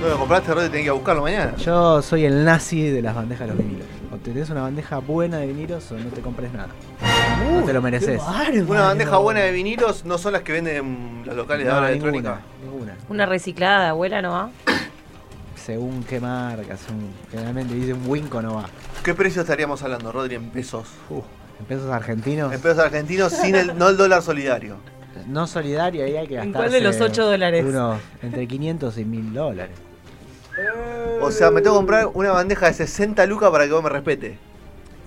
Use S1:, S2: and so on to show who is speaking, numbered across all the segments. S1: Bueno, compraste roto y tenés que ir a buscarlo mañana.
S2: Yo soy el nazi de las bandejas de los vinilos. O tenés una bandeja buena de vinilos o no te compres nada. no te lo mereces.
S1: Una bandeja buena de vinilos no son las que venden en los locales de
S2: No,
S1: ahora de
S2: ninguna,
S1: electrónica.
S2: ninguna.
S3: Una reciclada de abuela no va.
S2: Según qué marca, según- generalmente dicen Winco no va.
S1: ¿Qué precio estaríamos hablando, Rodri, en pesos?
S2: En pesos argentinos,
S1: En pesos argentinos sin el, no el dólar solidario.
S2: no solidario, ahí hay que gastar.
S3: ¿En cuál de los ocho dólares?
S2: Unos entre 500 y 1000 dólares.
S1: O sea, me tengo que comprar una bandeja de 60 lucas para que vos me respete.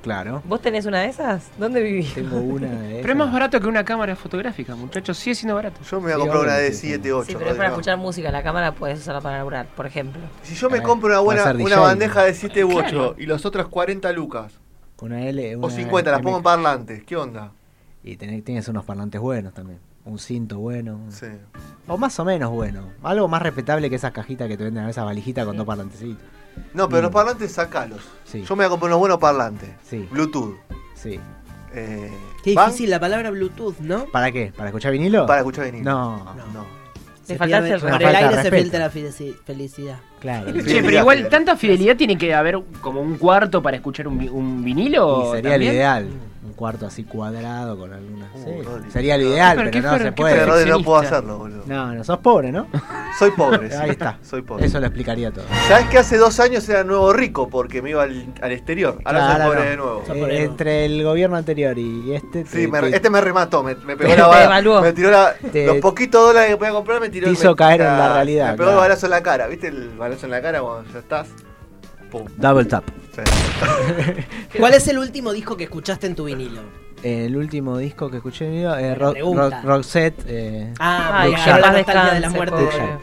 S2: Claro.
S3: ¿Vos tenés una de esas? ¿Dónde vivís?
S2: Tengo una de
S4: Pero es más
S2: esas.
S4: barato que una cámara fotográfica, muchachos. Sigue siendo barato.
S1: Yo me voy a
S2: Sí,
S1: comprar una
S2: obvio
S1: de
S2: que sí,
S1: 7,
S2: sí.
S1: 8.
S3: Sí, pero es para escuchar música. La cámara puedes usarla para laburar, por ejemplo.
S1: Si yo me
S2: Caray,
S1: compro una
S2: va
S1: buena
S2: a ser
S1: una
S2: DJ.
S1: bandeja de 7 u 8
S4: Claro.
S1: y los otros 40 lucas
S2: Una L,
S1: o
S2: una
S1: 50, las
S2: MK.
S1: pongo en parlantes, ¿qué onda?
S2: Y tenés, tienes unos parlantes buenos también. Un cinto bueno. un-
S1: Sí.
S2: O más o menos bueno. Algo más respetable que esas cajitas que te venden, esas valijitas con dos parlantecitos.
S1: No, pero los
S2: Mm.
S1: parlantes sacalos.
S2: Sí.
S1: Yo me voy a comprar unos buenos parlantes.
S2: Sí.
S1: Bluetooth.
S2: Sí.
S1: Eh,
S5: Qué
S1: ¿van?
S5: difícil la palabra Bluetooth, ¿no?
S2: ¿Para qué? ¿Para escuchar vinilo?
S1: Para escuchar vinilo.
S2: No.
S1: No.
S3: Te faltaste
S5: pierde-
S3: el
S5: Por
S2: respeto.
S5: el
S2: Falta
S5: aire
S2: de
S5: se
S2: respeto.
S5: filtra la felici- felicidad.
S2: Claro.
S1: Sí,
S4: Che, pero
S1: fidelidad,
S4: igual,
S1: fidelidad.
S4: ¿tanta fidelidad tiene que haber como un cuarto para escuchar un, vi- un vinilo?
S2: Y sería
S4: también?
S2: lo ideal. Un cuarto así cuadrado con algunas.
S1: Uh,
S2: sí.
S1: Rodri.
S2: Sería lo ideal, pero,
S4: Pero qué
S2: no
S4: fueron-
S2: se
S4: qué
S2: puede.
S1: Pero Rodri, no
S4: perfeccionista.
S1: puedo hacerlo, boludo.
S2: No, no, sos pobre, ¿no?
S1: Soy pobre. sí.
S2: Ahí está.
S1: Soy pobre.
S2: Eso lo explicaría todo.
S1: ¿Sabes que hace dos años era nuevo rico porque me iba al, al exterior? Ahora
S2: Claro,
S1: soy
S2: ahora
S1: pobre
S2: no.
S1: de nuevo.
S5: Soy-
S2: Eh, entre el gobierno anterior y este.
S1: Sí,
S2: te-
S1: me-
S2: te-
S1: este me remató, me, me pegó
S3: Te
S1: la bala.
S3: devaluó.
S1: Me tiró la,
S2: Te-
S1: los poquitos dólares que podía comprar, me tiró
S2: te
S1: el-
S2: hizo
S1: me-
S2: caer en la
S1: claro, Me
S2: realidad,
S1: pegó el
S2: claro.
S1: balazo en la cara, ¿viste? El balazo en la cara cuando ya estás. Pum.
S2: Double tap.
S1: Sí.
S5: ¿Cuál es el último disco que escuchaste en tu vinilo?
S2: El último disco que escuché en video, eh,
S5: Me
S2: Ro-
S5: pregunta.
S2: Ro- Roxette. eh,
S5: Ah,
S3: Ay,
S5: porque
S3: que
S5: ahora
S3: en
S5: la
S3: paz
S5: nostalgia de la
S3: descanse,
S5: muerte.
S3: pobre.
S2: Ella.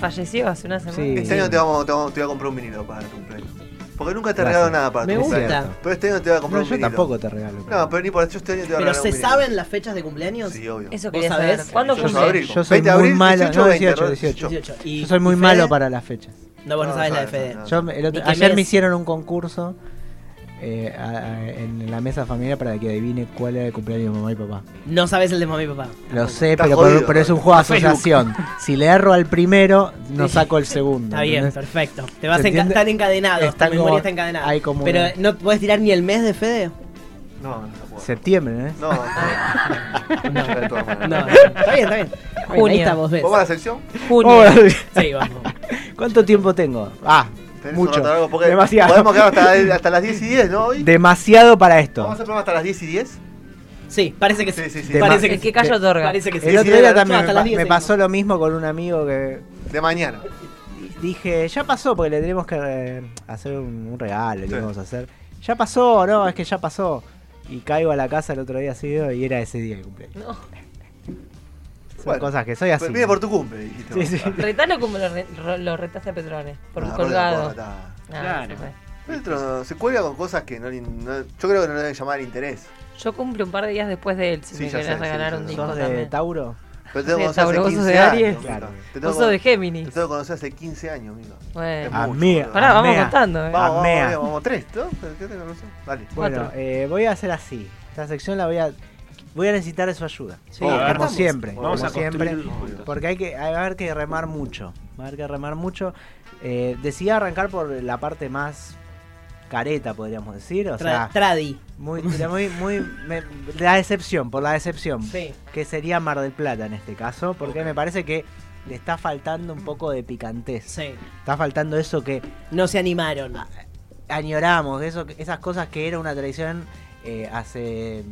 S3: Falleció hace una semana.
S2: Sí.
S1: Este año te, vamos, te, vamos- te voy a comprar un vinilo para tu cumpleaños. Porque nunca te he regalado
S2: Gracias.
S1: nada para
S5: Me
S1: tu
S5: gusta.
S1: cumpleaños. Pero este año te voy a comprar
S2: no,
S1: un
S2: yo
S1: vinilo.
S2: tampoco te regalo.
S1: No, pero ni por eso este año te voy a
S5: ¿Pero
S1: regalar
S5: se
S1: un vinilo.
S5: saben las fechas de cumpleaños?
S1: Sí, obvio.
S3: Eso
S5: ¿Vos
S3: quería
S5: sabés?
S3: saber. ¿Cuándo
S1: Yo
S2: yo
S1: soy-
S2: soy,
S3: cumple? Ah,
S1: abril.
S2: yo soy
S1: 20 de
S2: muy
S1: abril,
S2: malo.
S1: 18,
S2: no,
S1: 20,
S2: 18,
S1: Ro-
S2: 18.
S5: 18. ¿Y-
S2: Yo soy
S5: y
S2: muy
S5: Fede?
S2: malo para las fechas.
S5: No, vos no,
S1: No,
S5: sabés la de
S1: sabes,
S5: Fede.
S1: no, no.
S2: Yo me- el otro-
S5: Ni qué
S2: ayer me
S5: mes.
S2: hicieron un concurso eh, a- a- en la mesa familiar para que adivine cuál era el cumpleaños de mamá y papá.
S5: No sabés el de mamá y papá.
S2: Lo sé,
S1: Está
S2: pero,
S1: jodido, eh.
S2: pero- pero es un
S1: Roberto.
S2: juego de asociación. Si le erro al primero, no saco el segundo.
S5: Está bien,
S2: ¿entendés?
S5: perfecto. Te vas
S2: ¿Se
S5: enca
S2: entiende?
S5: están encadenados.
S2: Están
S5: tu memoria
S2: como-
S5: está encadenada.
S2: hay como
S5: Pero
S2: una-
S5: no puedes tirar ni el mes de Fede.
S1: No, no se puede.
S2: Septiembre, ¿eh?
S1: No, no. De todas maneras.
S5: No, no, está bien, está bien. Bueno, ahí
S3: Junio.
S5: está, vos ves.
S1: ¿Vos vas a la sección?
S3: Junio.
S5: Sí, vamos.
S2: Oh, ¿Cuánto tiempo tengo? Ah,
S1: Tenés un
S2: mucho.
S1: rato largo, porque
S2: Demasiado.
S1: Podemos quedar hasta, hasta las 10 y 10, ¿no? Hoy.
S2: Demasiado para
S1: ¿Vamos a
S2: esto.
S1: hacer programa hasta las 10 y 10?
S5: Sí, parece que sí.
S1: Sí, sí, sí.
S5: Parece
S3: El
S5: que
S3: que calla otorga.
S5: Parece que sí.
S2: El otro
S1: sí,
S2: día
S1: de-
S2: también
S5: hasta
S2: me,
S5: las
S2: pa-
S5: 10
S2: me
S5: seguimos.
S2: pasó lo mismo con un amigo que
S1: De mañana.
S2: dije, ya pasó, porque le tenemos que eh, hacer un, un regalo, le
S1: Sí.
S2: íbamos a hacer. Ya pasó, no, es que ya pasó. Y caigo a la casa el otro día seguido y era ese día el cumpleaños.
S3: No.
S2: Son
S1: Bueno.
S2: cosas que soy así.
S1: Pues Viene por tu cumple, dijiste.
S2: Sí,
S1: vos.
S2: sí.
S3: Retalo como lo, re- ro- lo retaste a Petrones. Por
S1: Ah,
S3: colgado.
S1: por la-
S3: Ah,
S4: Claro.
S3: se fue.
S1: Petro se cuelga con cosas que no, le- no- Yo creo que no le deben llamar interés.
S3: Yo cumplo un par de días después de él. Si
S1: Sí,
S3: me
S1: ya
S3: querés
S1: sé,
S3: regalar
S1: sí,
S3: un
S1: sí,
S3: disco
S2: ¿Sos de
S3: también.
S2: Tauro?
S1: Pero te tengo
S3: Sí,
S1: que conocer hace
S3: Tauro, vos
S1: 15
S3: sos de
S1: años.
S3: Aries.
S1: amigo.
S2: Claro.
S1: Te tengo
S3: Vos
S1: que
S3: sos de
S1: conocer-
S3: Géminis.
S1: te tengo que conocer hace 15 años, amigo. Es
S3: Bueno.
S1: mucho,
S2: Amiga.
S1: boludo.
S3: Pará, vamos
S2: Mea.
S3: contando. eh.
S1: Vamos, vamos,
S2: Amea.
S1: vamos, vamos, tres, ¿no? ¿Qué te conoces? Dale.
S2: Bueno,
S3: Cuatro.
S2: eh, voy a hacer así. Esta sección la voy a... Voy a necesitar de su ayuda.
S5: Sí,
S1: Oh,
S2: como
S1: a ver,
S5: estamos.
S2: siempre.
S4: Vamos
S2: como
S4: a
S2: siempre.
S4: construir juntos.
S2: Porque hay que, va a haber que remar mucho. Va a haber que remar mucho. Eh, decidí arrancar por la parte más careta, podríamos decir. O
S5: Tra-
S2: sea,
S5: tradi.
S2: muy, era muy, muy, me- la decepción, por la decepción.
S5: Sí.
S2: Que sería Mar del Plata en este caso, porque me parece que le está faltando un poco de picantez.
S5: Sí.
S2: Está faltando eso que
S5: No se animaron.
S2: Ah, añoramos, eso, esas cosas que era una tradición eh, hace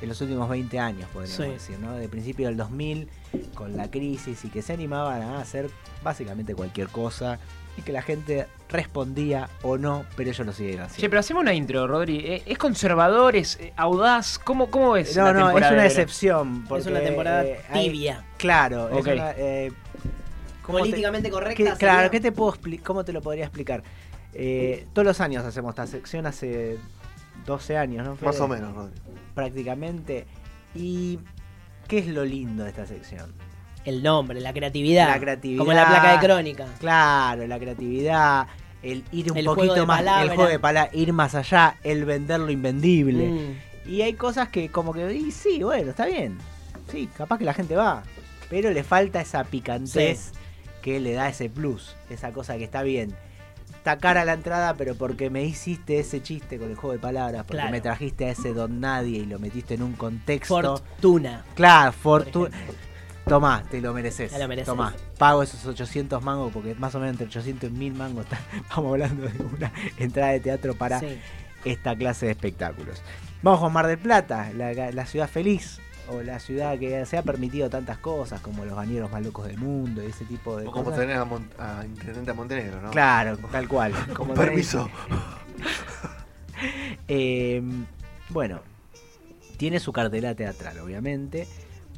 S2: en los últimos 20 años, podríamos
S5: Sí.
S2: decir, ¿no? De principio del 2000, con la crisis y que se animaban a hacer básicamente cualquier cosa y que la gente respondía o no, pero ellos lo siguieron
S4: Che,
S2: haciendo.
S4: pero hacemos una intro, Rodri. Eh, ¿Es conservador? ¿Es eh, audaz? ¿Cómo, cómo es?
S2: no,
S4: la
S2: no, es
S4: temporada
S2: una
S4: de verano?
S2: excepción. Porque,
S5: es una temporada
S2: eh, hay-
S5: tibia.
S2: claro, es
S4: Ok.
S2: una, eh, ¿cómo te-
S5: Políticamente correcta.
S2: ¿Qué-
S5: sería-
S2: claro, ¿qué te puedo expli- ¿cómo te lo podría explicar? Eh, todos los años hacemos esta sección, hace 12 años, ¿no?
S1: Más
S2: Fede?
S1: o menos, Rodri.
S2: prácticamente. ¿Y qué es lo lindo de esta sección?
S5: El nombre, la creatividad.
S2: La creatividad.
S5: Como la placa de crónica.
S2: Claro, la creatividad, el ir un
S5: El juego
S2: poquito
S5: de
S2: más, el
S5: palabra.
S2: juego de palabras, ir más allá, el vender lo invendible.
S5: Mm.
S2: Y hay cosas que como que, y sí, bueno, está bien. Sí, capaz que la gente va. Pero le falta esa picantez que le da ese plus, esa cosa que está bien. Está cara la entrada, pero porque me hiciste ese chiste con el juego de palabras, porque
S5: Claro.
S2: me trajiste a ese don nadie y lo metiste en un contexto.
S5: Fortuna.
S2: Claro,
S5: por
S2: fortuna.
S5: ejemplo.
S2: Tomá, te lo mereces.
S5: Te lo mereces.
S2: Tomá, pago esos 800 mangos, porque más o menos entre 800 y 1000 mangos está- estamos hablando de una entrada de teatro para
S5: Sí.
S2: esta clase de espectáculos. Vamos con Mar del Plata, la, la ciudad feliz, o la ciudad que se ha permitido tantas cosas, como los bañeros más locos del mundo y ese tipo de
S1: O como
S2: cosas.
S1: tener a, Mon- a Intendente Montenegro, ¿no?
S2: Claro, tal cual.
S1: Con
S2: Como
S1: permiso.
S2: Eh, bueno, tiene su cartela teatral, obviamente.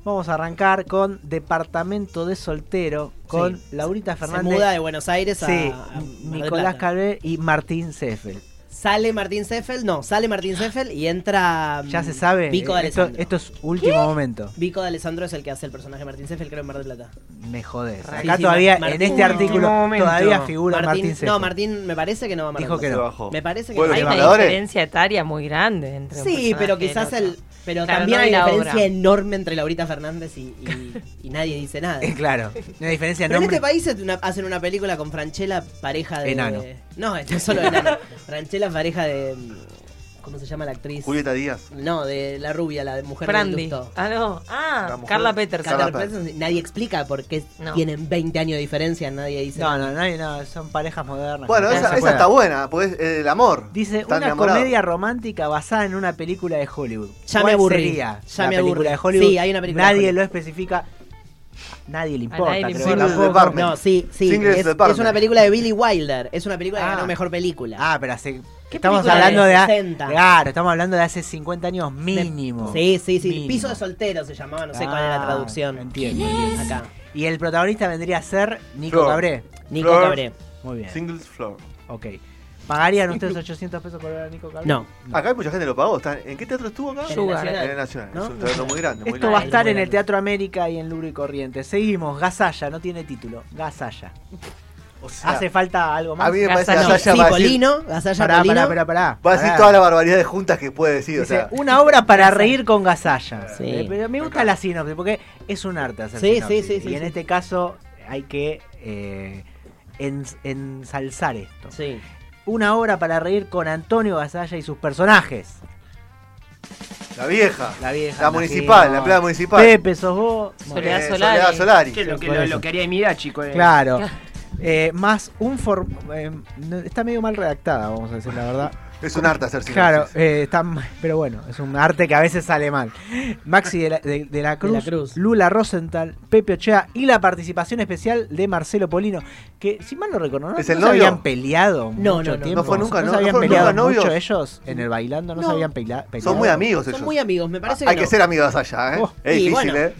S2: Vamos a arrancar con Departamento de Soltero, con
S5: Sí.
S2: Laurita
S5: Se
S2: Fernández.
S5: muda de Buenos Aires a,
S2: sí,
S5: a Mar del
S2: Nicolás
S5: Plata.
S2: Calvé y Martín Seffel.
S5: Sale Martín Seffel, no, sale Martín Seffel y entra. mm,
S2: Ya se sabe,
S5: Vico de
S2: eh, esto,
S5: Alessandro.
S2: esto es último momento.
S5: Vico de Alessandro es el que hace el personaje de Martín Seffel, creo, en Mar del Plata.
S2: Me jodés.
S5: Sí,
S2: Acá
S5: sí,
S2: todavía,
S5: Martín-
S2: en este
S5: Último
S2: artículo,
S4: momento.
S2: todavía figura Martín, Seffel.
S5: no, Martín me parece que no va a Mar del
S2: Dijo que
S5: Plata.
S1: Se bajó.
S5: Me parece que
S1: Bueno,
S5: no.
S3: Hay
S5: Ahí
S3: una
S1: ¿Evaluadores?
S3: diferencia etaria muy grande entre un
S5: Sí, pero
S3: personaje y
S5: quizás
S3: otro.
S5: el. Pero
S3: Claro,
S5: también
S3: no
S5: hay
S3: hay
S5: una
S3: la
S5: diferencia
S3: obra.
S5: enorme entre Laurita Fernández y, y- y nadie dice nada.
S2: Eh, claro, una diferencia
S5: Pero en
S2: nombre.
S5: este país es una- hacen una película con Franchella, pareja de.
S2: Enano.
S5: No, no es solo enano. Franchella, pareja de. ¿Cómo se llama la actriz?
S1: Julieta Díaz.
S5: No, de la rubia, la de mujer
S3: Brandy.
S5: del ducto.
S3: Ah, no.
S1: La
S3: Ah,
S1: mujer-
S3: Carla
S1: Carla
S3: Peterson.
S5: Carter Preston, nadie explica por qué
S3: No.
S5: tienen 20 años de diferencia, nadie dice.
S2: No,
S5: nada.
S2: no, no, no, son parejas modernas.
S1: Bueno,
S2: No
S1: esa,
S2: se
S1: esa
S2: puede.
S1: está buena, porque es eh, el amor.
S2: Dice,
S1: Están
S2: una
S1: enamorados.
S2: comedia romántica basada en una película de Hollywood.
S5: Ya
S2: ¿Cuál
S5: me aburrí.
S2: sería
S5: Ya
S2: la
S5: me
S2: película
S5: aburrí.
S2: de Hollywood?
S5: Sí, hay una película de
S2: Nadie
S5: Hollywood.
S2: lo especifica. Nadie le
S3: A
S2: importa.
S3: nadie le
S2: creo que
S3: importa.
S2: tampoco.
S1: Department.
S5: No, sí, sí.
S1: Singles
S5: Es,
S1: de Palmer.
S5: es una película de Billy Wilder. Es una película
S2: Ah.
S5: que ganó mejor película.
S2: Ah, pero hace-
S3: ¿Qué
S2: estamos
S3: película
S2: hablando
S5: de
S2: de... a-
S5: 60?
S2: Claro, estamos hablando de hace 50 años
S5: De-
S2: mínimo.
S5: Sí, sí, sí.
S2: Mínimo.
S5: Piso de soltero se llamaba, no sé cuál era
S2: Ah,
S5: la traducción.
S2: Entiendo. entiendo.
S5: Acá.
S2: Y el protagonista vendría a ser Nico
S1: Flor.
S2: Cabré.
S5: Nico
S1: Flor.
S5: Cabré.
S2: Muy bien.
S1: Singles Floor.
S2: Ok. ¿Pagarían ustedes 800 pesos por ver a Nico Cabré?
S5: No.
S1: Acá hay mucha gente que lo pagó. ¿Está- ¿En qué teatro estuvo acá?
S3: Yo- Sugar.
S1: En el
S5: Nacional.
S1: Nacional.
S5: ¿No?
S1: Es un teatro muy grande, muy
S2: Esto va a
S1: grande.
S2: estar en
S5: Bueno.
S2: el Teatro América y en Luro y Corrientes. Seguimos, Gasalla, no tiene título. Gasalla.
S1: O sea,
S2: ¿Hace falta algo más?
S1: a mí me parece que
S3: Gasalla.
S5: No,
S1: Gasalla va a decir,
S5: Cipolino, Gasalla
S2: Pará,
S5: Polino.
S2: pará, pará, pará.
S1: va a decir
S2: Pará.
S1: toda la barbaridad de juntas que puede decir. O
S2: Dice,
S1: sea,
S2: una obra para reír con Gasalla.
S5: Sí.
S2: Eh, pero me gusta la sinopsis porque es un arte hacer
S5: Sí,
S2: sinopsis.
S5: sí, sí, sí,
S2: Y en
S5: sí.
S2: este caso hay que eh, ens- ensalzar esto.
S5: Sí.
S2: Una obra para reír con Antonio Gasalla y sus personajes.
S1: la vieja.
S2: La vieja.
S1: La municipal, la empleada municipal.
S2: Pepe, sos vos.
S3: Soledad
S1: Eh,
S3: Solari.
S1: Soledad Solari.
S4: Che, lo, que,
S2: por
S4: lo,
S2: eso.
S4: lo que haría Imida, chico. eh.
S2: Claro. Eh, más un for- eh, no- está medio mal redactada, vamos a decir la verdad.
S1: Es un arte hacer sinopsis.
S2: Claro, eh, está m- pero bueno, es un arte que a veces sale mal. Maxi de la, de- de la Cruz,
S5: la Cruz.
S2: Lula Rosenthal, Pepe Ochea y la participación especial de Marcelo Polino, que si mal no recuerdo, ¿no,
S1: ¿Es
S2: no
S1: el
S2: se
S1: novio?
S2: habían peleado
S5: No,
S2: mucho
S5: no, no.
S2: tiempo?
S1: No fue nunca,
S2: ¿No
S1: ¿no?
S2: se
S1: ¿No
S2: habían
S1: fueron
S2: peleado
S1: nunca
S2: mucho
S1: novios?
S2: ellos en el bailando? ¿No, se
S5: No.
S2: habían pela- peleado?
S1: Son muy amigos ellos. Ah,
S5: Son muy amigos, me parece que
S1: Hay que
S5: no.
S1: ser amigos allá, ¿eh?
S2: Oh.
S1: Es
S5: Y
S1: difícil,
S5: bueno,
S1: ¿eh?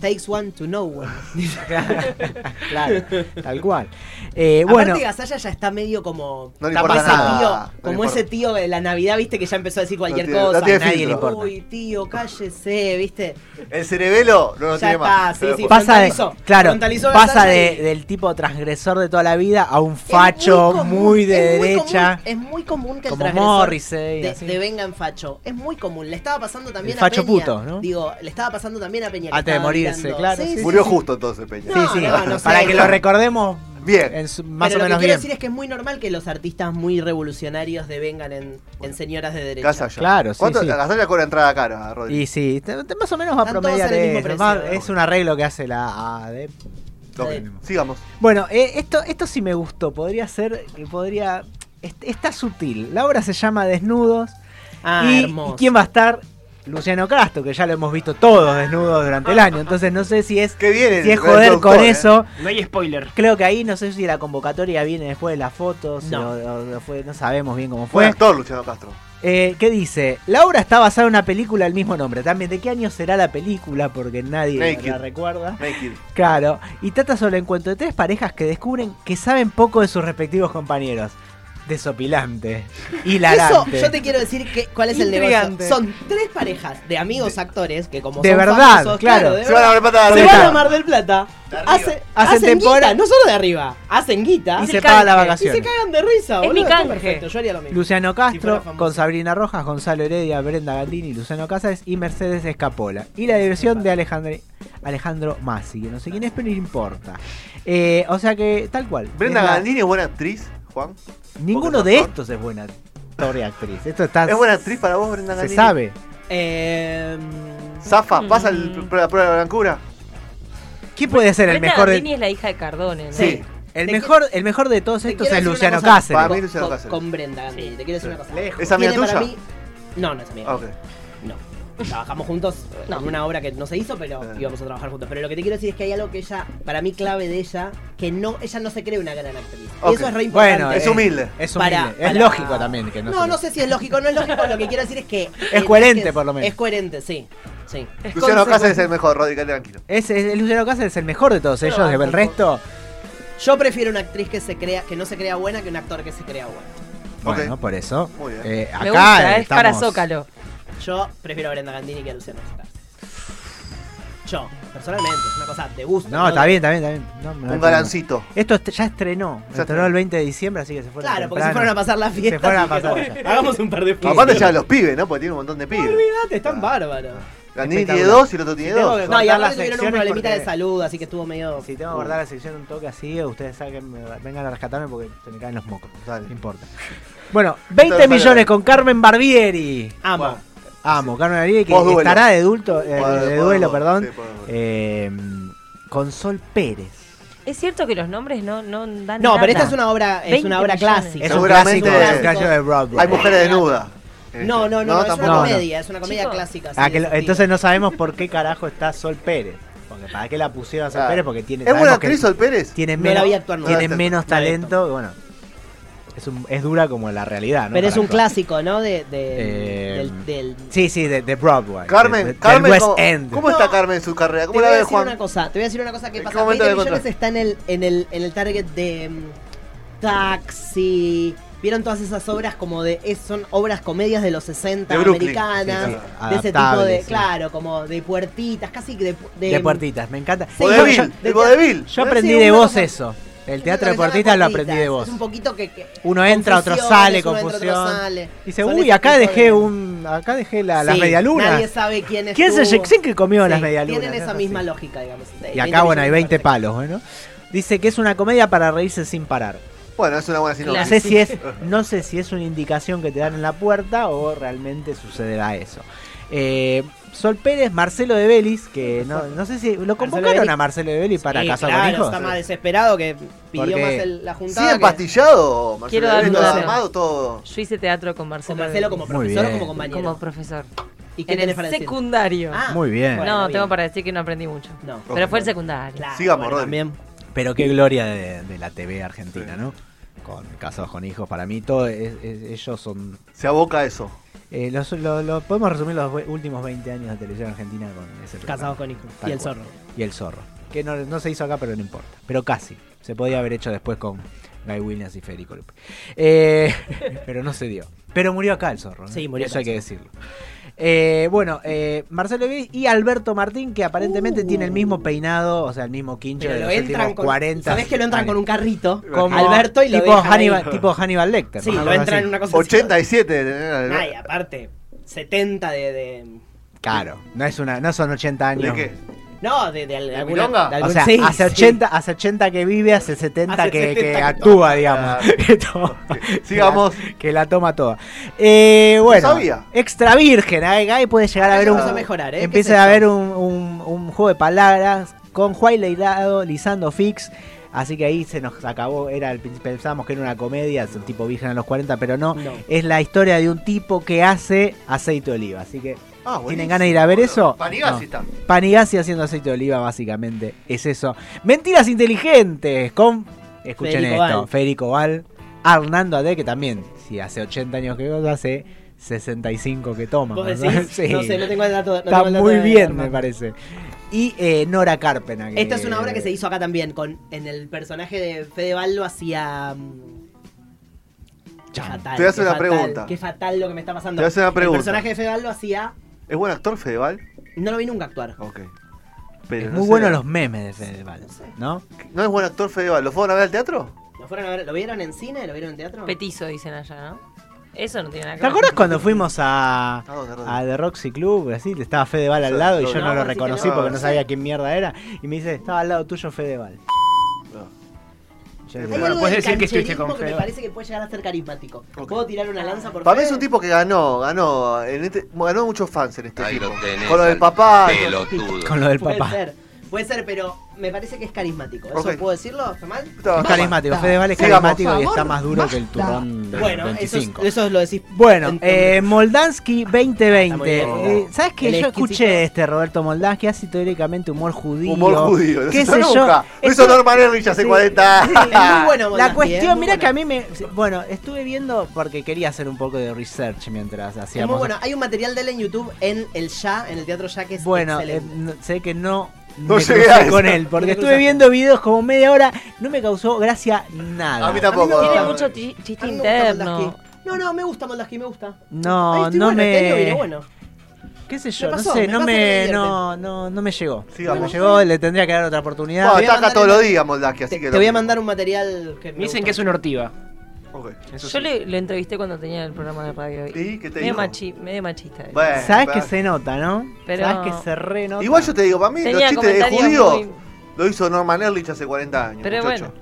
S5: Takes one to know one.
S2: claro,
S1: Eh,
S2: tal cual. Eh, bueno,
S5: Aparte Gasalla ya está medio como
S1: No le
S5: como
S1: importa
S5: ese
S1: nada,
S5: tío,
S1: no le
S5: como ese
S1: importa.
S5: tío de la Navidad, viste que ya empezó a decir cualquier
S1: tiene- no
S5: cosa,
S1: tiene
S2: nadie le
S1: filtro.
S2: importa.
S5: Uy, tío, cállese, viste.
S1: El cerebelo no lo
S5: ya
S1: tiene
S5: está,
S1: más.
S5: sí, sí.
S2: pasa de,
S5: Frontalizó.
S2: claro,
S5: Frontalizó la
S2: pasa
S5: batalla
S2: de-
S5: y-
S2: del tipo transgresor de toda la vida a un
S5: Es
S2: facho muy,
S5: común,
S2: de
S5: es muy
S2: derecha.
S5: común- Eh, es muy común que el
S2: Como
S5: transgresor
S2: Morrissey,
S5: de,
S2: así.
S5: de venga en facho. Es muy común. Le estaba pasando también
S2: El
S5: a
S2: facho
S5: Peña.
S2: puto, ¿no?
S5: Digo, le estaba pasando también a Peña. que
S2: Antes de
S5: estaba
S2: morirse,
S5: gritando.
S2: claro, sí, sí,
S1: Murió justo entonces, Peña.
S2: Sí, sí,
S5: No, no, no
S2: para
S5: sé,
S2: que
S5: no.
S2: lo recordemos
S1: Bien.
S2: En su- más o
S5: Pero lo
S2: menos
S5: que quiero
S2: bien.
S5: decir es que es muy normal que los artistas muy revolucionarios devengan en, en señoras de derecha.
S1: Gasalla.
S2: Eh, Claro, sí,
S1: ¿Cuánto?
S2: sí.
S1: La Gasalla cobra entrada cara, Rodri.
S2: Y sí, te- te- más o menos va a
S5: Están todos
S2: promediar
S5: al mismo
S2: eso,
S5: precio,
S2: va-
S5: ¿eh?
S2: es un arreglo que hace la ADEP.
S1: Ok,
S5: Sí.
S1: Sigamos.
S2: Bueno, eh, esto, esto sí me gustó. Podría ser. podría est- Está sutil. La obra se llama Desnudos.
S5: Ah,
S2: y,
S5: hermoso.
S2: y quién va a estar? Luciano Castro, que ya lo hemos visto todos desnudos durante el
S5: Ah.
S2: año. Entonces no sé si es,
S1: ¿Qué viene?
S2: si es ¿eh? joder con
S1: ¿eh?
S2: eso.
S4: No hay spoiler.
S2: Creo que ahí no sé si la convocatoria viene después de las fotos.
S5: No.
S2: o- o- o fue- no sabemos bien cómo
S1: Fue
S2: fue.
S1: actor Luciano Castro.
S2: Eh, ¿Qué dice? La obra está basada en una película del mismo nombre. También, ¿de qué año será la película? Porque nadie
S1: Naked.
S2: la recuerda.
S1: Naked.
S2: Claro. Y trata sobre el encuentro de tres parejas que descubren que saben poco de sus respectivos compañeros. Desopilante.
S5: Eso,
S2: Hilarante.
S5: yo te quiero decir que, cuál es el
S3: Intrigante.
S5: negocio. Son tres parejas de amigos actores que como
S2: de
S5: son
S2: verdad,
S5: famosos,
S2: claro.
S5: de
S1: Se van a
S5: verdad,
S1: ver patadas.
S5: se
S2: Ahí
S5: van
S2: está.
S5: a Mar del Plata. Hacen,
S2: Hacen
S5: hacen
S2: temporada.
S5: guita, no solo de arriba, hacen guita.
S2: Y
S3: Es
S2: se
S3: el
S2: paga la
S3: canje, y
S5: Y
S2: vacación.
S5: se cagan de risa,
S3: Es
S5: boludo.
S3: mi
S5: está
S3: canje.
S5: perfecto, yo haría lo mismo.
S2: Luciano
S5: Si fuera
S2: Castro,
S5: famoso.
S2: con Sabrina Rojas, Gonzalo Heredia, Brenda Gandini, Luciano Casas y Mercedes Escapola. Y la diversión de Alejandre, Alejandro Masi, que no sé quién es, pero no importa. Eh, o sea que, tal cual.
S1: Brenda
S2: Es la-
S1: Gandini es buena actriz, Juan.
S2: Ninguno
S1: Porque
S2: de
S1: no-
S2: estos es buena actor y actriz. Esto está.
S1: ¿Es buena actriz para vos, Brenda
S2: Ah, Se
S1: Gandini?
S2: sabe.
S5: Eh,
S1: Zafa, pasa el-
S3: Mm.
S1: la prueba de blancura.
S2: ¿Quién puede ser el
S3: Brenda
S2: mejor e-
S3: Gandini
S2: de,
S3: es la hija de Cardone, ¿no?
S1: Sí.
S2: el
S5: Te
S2: mejor el mejor de todos
S5: te
S2: estos
S5: quiero
S2: es
S5: decir una
S2: Luciano
S5: cosa.
S2: Cáceres?
S1: Para mí,
S5: con-
S1: Luciano
S5: con-
S1: Cáceres.
S5: Con Brenda Gandini, te quiero decir una cosa.
S1: ¿Es amiga
S5: Tiene para
S1: tuya?
S5: mí- No, no es amiga.
S1: Ah, ok.
S5: No. Trabajamos juntos
S3: No.
S5: en una obra que no se hizo, pero
S2: Ah.
S1: Eh.
S5: íbamos a trabajar juntos. Pero lo que te quiero decir es que hay algo que ella, para mí clave de ella, que no, ella no se cree una gran actriz.
S1: Ok.
S5: Y eso es re importante.
S2: Bueno,
S1: Es
S2: eh,
S1: humilde.
S2: Es, humilde.
S5: Para-
S2: Es
S5: para-
S2: lógico también que no.
S5: No,
S2: se-
S5: no sé si es lógico, no es lógico. Lo que quiero decir es que. este
S2: Es coherente, por lo menos.
S5: Es coherente, sí. Sí.
S3: Es
S1: Luciano
S3: consecuente.
S1: Cáceres es el mejor, Rodri, quédate tranquilo.
S2: Es, es- Luciano Cáceres es el mejor de todos ellos.
S5: banco
S2: El
S5: un
S2: resto,
S5: Yo prefiero una actriz que se crea, que no se crea buena que un actor que se crea bueno.
S2: bueno,
S1: Ok.
S2: por eso.
S1: Muy bien.
S2: eh, acá
S3: Me gusta, es
S2: estamos-
S3: para Zócalo.
S5: Yo prefiero a Brenda Gandini que a Luciano Cáceres. Yo, personalmente, es una cosa de gusto.
S2: No, está bien, está bien, está bien. No, me da
S1: Un
S2: problema.
S1: galancito.
S2: Esto est- ya estrenó.
S1: Ya
S2: estrenó
S1: estrenó.
S2: el 20 de diciembre, así que se fueron.
S5: Claro, porque se
S2: temprano.
S5: fueron a pasar la fiesta.
S2: Se fueron a
S5: así que
S2: pasar
S5: bueno,
S2: allá.
S5: Hagamos un par de fiestas.
S1: Aparte ya los pibes, ¿no? Porque tiene un montón de
S5: No,
S1: pibes.
S5: olvídate, están bárbaros.
S1: Gandini tiene
S2: Espectacular.
S1: dos y el otro tiene
S2: Tengo
S1: dos.
S2: que
S5: No, y
S2: cortar las
S5: aparte tuvieron un
S2: secciones
S5: problemita
S2: porque-
S5: de salud, así que estuvo medio.
S2: Si tengo que guardar la sección un toque así, ustedes saquen, me- vengan a rescatarme porque se me caen los mocos.
S1: Dale.
S2: No importa. Bueno,
S1: Entonces,
S2: 20
S1: dale.
S2: millones con Carmen Barbieri.
S5: Amo.
S1: Bueno.
S2: Amo, Carmen Barbieri que
S1: Postduelo.
S2: estará de adulto, eh,
S1: Bueno,
S2: de
S1: bueno,
S2: duelo,
S1: bueno,
S2: perdón.
S1: sí, bueno, bueno.
S2: eh, con Sol Pérez.
S3: Es cierto que los nombres no, no dan
S5: No,
S3: nada.
S5: pero esta es una obra, es
S3: 20
S5: una obra
S3: millones.
S5: clásica.
S2: Es un
S1: Seguramente-
S2: clásico, es un clásico de Broadway.
S1: Hay mujeres desnudas. este.
S5: No, no, no, es
S1: tampoco.
S5: una
S2: No,
S5: comedia, es una comedia
S3: Chicos.
S5: clásica. sí,
S2: Ah, que
S5: de
S2: lo-
S5: ese
S2: entonces
S5: estilo.
S2: no sabemos por qué carajo está Sol Pérez. Porque para qué la pusieron a Sol
S1: Claro.
S2: Pérez porque tiene
S1: ¿Es buena
S2: sabemos que
S1: actriz Sol Pérez?
S2: tiene
S5: No la
S2: menos,
S5: vi actuar nunca.
S2: tiene
S1: No la
S2: menos
S5: vi actuar.
S2: talento, y bueno. Es, un- es dura como la realidad, ¿no?
S5: Pero es
S2: Para
S5: un
S2: actuar.
S5: clásico, ¿no? De, de-
S2: Eh,
S5: del, del-
S2: Sí, sí, de, de Broadway.
S1: Carmen,
S2: de- de- del
S1: Carmen,
S2: West
S1: ¿cómo,
S2: End.
S1: cómo está Carmen en su carrera?
S5: Te
S1: ¿Cómo
S5: voy
S1: la
S5: a
S1: ves,
S5: decir
S1: Juan?
S5: una cosa, te voy a decir una cosa que
S1: ¿En qué
S5: pasa.
S1: momento
S5: 20
S1: la
S5: millones
S1: encontraste?
S5: está en el, en el, en el target de mm, Taxi. Vieron todas esas obras como de. es- son obras comedias de los 60
S1: De Brooklyn.
S5: americanas.
S1: Sí,
S2: sí.
S5: De ese tipo de.
S2: Adaptables, sí.
S5: Claro, como de puertitas, casi que de. de-
S2: De puertitas, me encanta.
S5: Sí,
S2: Yo,
S1: Vodevil,
S2: yo-
S5: de-
S1: el vodevil.
S2: yo aprendí de
S5: una
S2: vos
S5: cosa-
S2: eso. El
S5: es
S2: teatro de
S5: lo que se llama
S2: puertitas lo aprendí de
S5: puertitas,
S2: vos.
S5: Es un poquito que. que-
S2: Uno entra, otro
S5: confusiones,
S2: sale,
S5: uno entra, otro
S2: confusión.
S5: sale.
S2: Dice,
S5: Son
S2: uy,
S5: ese
S2: acá
S5: tipo
S2: dejé
S5: de-
S2: un. Acá dejé la, las
S5: Sí, Nadie
S2: medialunas.
S5: sabe quién es.
S2: ¿Quién se quién que comió las medialunas?
S5: Tienen
S2: Es
S5: esa
S2: así.
S5: misma lógica, digamos.
S2: Y acá, bueno, hay 20 palos, bueno. Dice que es una comedia para reírse sin parar.
S1: Bueno, es una buena
S2: No
S3: Claro.
S1: sinopsis.
S2: sé si es, no sé si es una indicación que te dan en la puerta o realmente sucederá eso. Eh, Sol Pérez, Marcelo de Vélez, que no, no sé si lo convocaron
S5: Belis.
S2: a Marcelo de Vélez para
S5: Sí,
S2: casar
S5: claro,
S2: con
S5: Está
S2: hijos.
S5: más desesperado que pidió
S2: Porque-
S5: más el- la
S1: ¿Sí
S5: juntada. que-
S1: empastillado,
S3: Quiero
S1: Marcelo?
S3: dar
S1: Evelo,
S3: un dato.
S1: armado todo?
S3: Yo hice teatro con
S5: Con
S3: Marcelo.
S5: Marcelo como
S2: Muy
S5: profesor o
S2: bien.
S5: como compañero.
S3: como profesor.
S5: ¿Y qué
S3: En
S5: tenés
S3: el
S5: para decir?
S3: secundario.
S5: Ah,
S2: Muy bien.
S5: bueno,
S3: no,
S5: bien.
S3: tengo para decir que no aprendí mucho.
S5: No.
S3: Pero fue el secundario.
S5: Claro,
S1: Sigamos,
S5: bueno,
S1: Rodri.
S5: también.
S2: Pero qué gloria de, de la TV argentina,
S1: Sí.
S2: ¿no? Con casados con hijos, para mí todo es- es- ellos son
S1: Se aboca a eso.
S2: eh, los- lo, lo- podemos resumir los ve- últimos 20 años de televisión argentina con ese programa.
S5: Casados con hijos.
S2: Tal
S5: y el
S2: cual.
S5: zorro.
S2: y el zorro. Que no, no se hizo acá, pero no importa. Pero casi. Se podía haber hecho después con Guy Williams y Federico Lupi. Eh, pero no se dio. Pero murió acá el zorro. ¿no?
S5: Sí, murió
S2: Eso
S5: acá
S2: hay que
S5: el
S2: decirlo. Eh, bueno, eh, Marcelo Ebrey y Alberto Martín, que aparentemente
S5: Uh.
S2: tiene el mismo peinado, o sea, el mismo quincho
S5: Pero
S2: de
S5: lo
S2: los últimos
S5: entran con.
S2: 40.
S5: ¿Sabés que lo entran con un carrito?
S2: Como
S5: Alberto y lo
S2: tipo
S5: dejan ahí.
S2: Hannibal, tipo Hannibal Lecter.
S5: Sí,
S2: ¿no?
S5: lo
S2: Algo
S5: entran
S2: así.
S5: en una cosa así.
S1: 87 de tener al-
S5: Ay, aparte, 70 de. de...
S2: Claro, no, es una, no son 80 años.
S1: ¿De qué?
S5: No, de, de, de alguna-
S1: milonga?
S5: de
S2: O
S5: algún-
S2: sea,
S5: sí,
S2: hace,
S5: sí.
S2: 80, hace 80 que vive, hace 70
S5: Hace
S2: que,
S5: 70
S2: que
S5: que
S2: actúa,
S5: toma.
S2: digamos.
S1: Claro.
S2: Que toma-
S1: Sigamos.
S2: que la toma toda. Eh, bueno,
S1: sabía.
S2: extra virgen, ahí, ahí puede llegar a haber
S5: Eso
S2: un.
S5: empezó a mejorar, ¿eh? ¿Qué
S2: Empieza
S5: sé
S2: a
S5: yo?
S2: haber un, un- un juego de palabras con Juan Leilado, Lisando Fix. Así que ahí se nos acabó. Era el- pensábamos que era una comedia, es un tipo virgen a los 40, pero no.
S5: No.
S2: Es la historia de un tipo que hace aceite de oliva. Así que
S1: Ah,
S2: ¿Tienen ganas de ir a ver eso?
S1: Panigasi
S2: No.
S1: está.
S2: Panigasi haciendo aceite de oliva, básicamente. Es eso. Mentiras inteligentes con. Escuchen
S5: Federico
S2: esto:
S5: Val.
S2: Federico Val, Arnando Ade, que también, si hace 80 años que goza, hace 65 que toma.
S5: ¿Vos
S2: ¿no?
S5: decís?
S2: Sí.
S5: No sé, no tengo el dato. no
S2: Está
S5: tengo el dato
S2: muy
S5: de-
S2: bien,
S5: Armando.
S2: me parece. Y eh, Nora Carpena. que-
S5: Esta es una
S4: Eh.
S5: obra que se hizo acá también. Con, en el personaje de Fedeval lo hacía. mm,
S2: Chan.
S5: fatal,
S1: Te voy a hacer
S5: qué
S1: una
S5: fatal,
S1: pregunta.
S5: Qué fatal lo que me está pasando.
S1: Te voy a hacer una pregunta.
S5: El personaje de Fedeval lo hacía.
S1: ¿Es buen actor Fedeval?
S5: No lo vi nunca actuar.
S1: Ok. Pero
S2: Es
S1: no
S2: muy
S1: sé-
S2: buenos los memes de Fedeval, ¿no?
S1: ¿No es buen actor Fedeval? ¿Lo fueron a ver al teatro?
S5: ¿Lo, fueron a ver- ¿Lo vieron en cine? ¿Lo vieron en teatro?
S3: Petizo, dicen allá, ¿no? Eso no tiene nada que
S2: ¿Te
S3: ver.
S2: acuerdas cuando fuimos a,
S1: ¿A dónde, Rodri?
S2: a The Roxy Club? Así, estaba Fedeval al
S1: Sí,
S2: lado y yo
S1: Rodri.
S2: no
S5: No,
S2: lo
S5: sí que
S2: reconocí
S1: no.
S2: porque no
S1: Sí.
S2: sabía qué mierda era. Y me dice, estaba al lado tuyo Fedeval.
S1: No.
S2: Yo
S1: Hay
S2: dije,
S5: Hay
S4: Bueno,
S5: algo
S4: puedes
S5: del
S4: decir que estuviste
S5: cancherismo
S4: con
S5: que me
S4: Fedeval.
S5: parece que puede llegar a ser carismático.
S1: Ok.
S5: ¿Puedo tirar una lanza por
S1: Para mí
S5: Fede?
S1: es un tipo que ganó, ganó. En este, ganó muchos fans en este
S6: Ahí
S1: tipo.
S6: lo tenés.
S1: Con lo del
S6: al
S1: papá.
S6: Pelotudo.
S2: Con lo del
S5: Puede
S2: papá.
S5: ser. Puede ser, pero me parece que es carismático. ¿Eso
S1: Ok.
S5: puedo decirlo? ¿Está mal?
S1: Está-
S2: Es carismático,
S5: Basta.
S2: Fedeval es
S1: Sigamos.
S2: carismático
S5: Por
S2: y está
S5: favor,
S2: más duro que el turrón del
S5: Bueno, eso, es-
S2: 25.
S5: eso lo decís.
S2: Bueno,
S5: Entonces,
S2: eh, Moldansky 2020.
S5: Está muy bien.
S2: Eh, ¿Sabes qué?
S5: El
S2: Yo
S5: exquisito.
S2: escuché de este Roberto Moldansky, hace teóricamente humor judío.
S1: Humor judío.
S2: ¿Qué
S1: no
S2: sé yo?
S1: nunca. Lo hizo
S2: Esto-
S1: Norman Errich hace
S2: Sí.
S1: 40 años.
S5: es muy bueno,
S2: La
S5: Moldaski, ¿eh?
S2: cuestión,
S5: Muy
S2: mira que a
S5: bueno.
S2: mí me. Bueno, estuve viendo porque quería hacer un poco de research mientras
S5: Es muy
S2: hacíamos.
S5: bueno. Hay un material de él en YouTube en el Ya, en el Teatro Ya, que es
S2: Bueno,
S5: excelente.
S2: eh, no- sé que no.
S1: No
S2: me
S1: llegué
S2: crucé
S1: a eso.
S2: con él, porque
S5: No te
S2: estuve
S5: cruzaste.
S2: viendo videos como media hora, no me causó gracia nada.
S1: A mí tampoco.
S5: Tiene
S3: Tiene
S1: Ah,
S3: mucho chi- chiste
S5: A mí me gusta
S3: interno.
S5: Moldaski. No, no, me gusta Moldaski, me gusta. Ahí
S2: No,
S5: estoy
S2: no
S5: bueno,
S2: me.
S5: este año vine bueno.
S2: qué sé yo,
S5: Me pasó,
S2: no sé,
S5: me
S2: no
S5: pasa que me
S2: me,
S5: divierte.
S2: no, no, no me llegó.
S1: Sigamos.
S2: No me llegó, le tendría que dar otra oportunidad.
S1: Bueno,
S5: voy a
S1: está acá
S5: mandar
S1: todos
S5: el-
S1: los días, Moldaki. Así
S5: Te,
S1: que
S5: te voy a mandar un material que me
S4: Me dicen
S5: gusta.
S4: que es una ortiva.
S1: Ok.
S4: Eso
S3: Yo
S4: sí.
S3: le- lo entrevisté cuando tenía el programa de radio. y-
S1: ¿Y qué te
S3: medio,
S1: dijo?
S3: machi- medio machista. eh. él.
S1: Bueno,
S2: Sabes
S1: pa-
S2: que se nota, ¿no?
S3: Pero-
S2: Sabes que se renota.
S1: Igual yo te digo, para mí los
S3: Tenía
S1: chistes de
S3: comentarios
S1: judío
S3: muy-
S1: lo hizo Norman Erlich hace 40 años.
S3: Pero
S1: muchacho.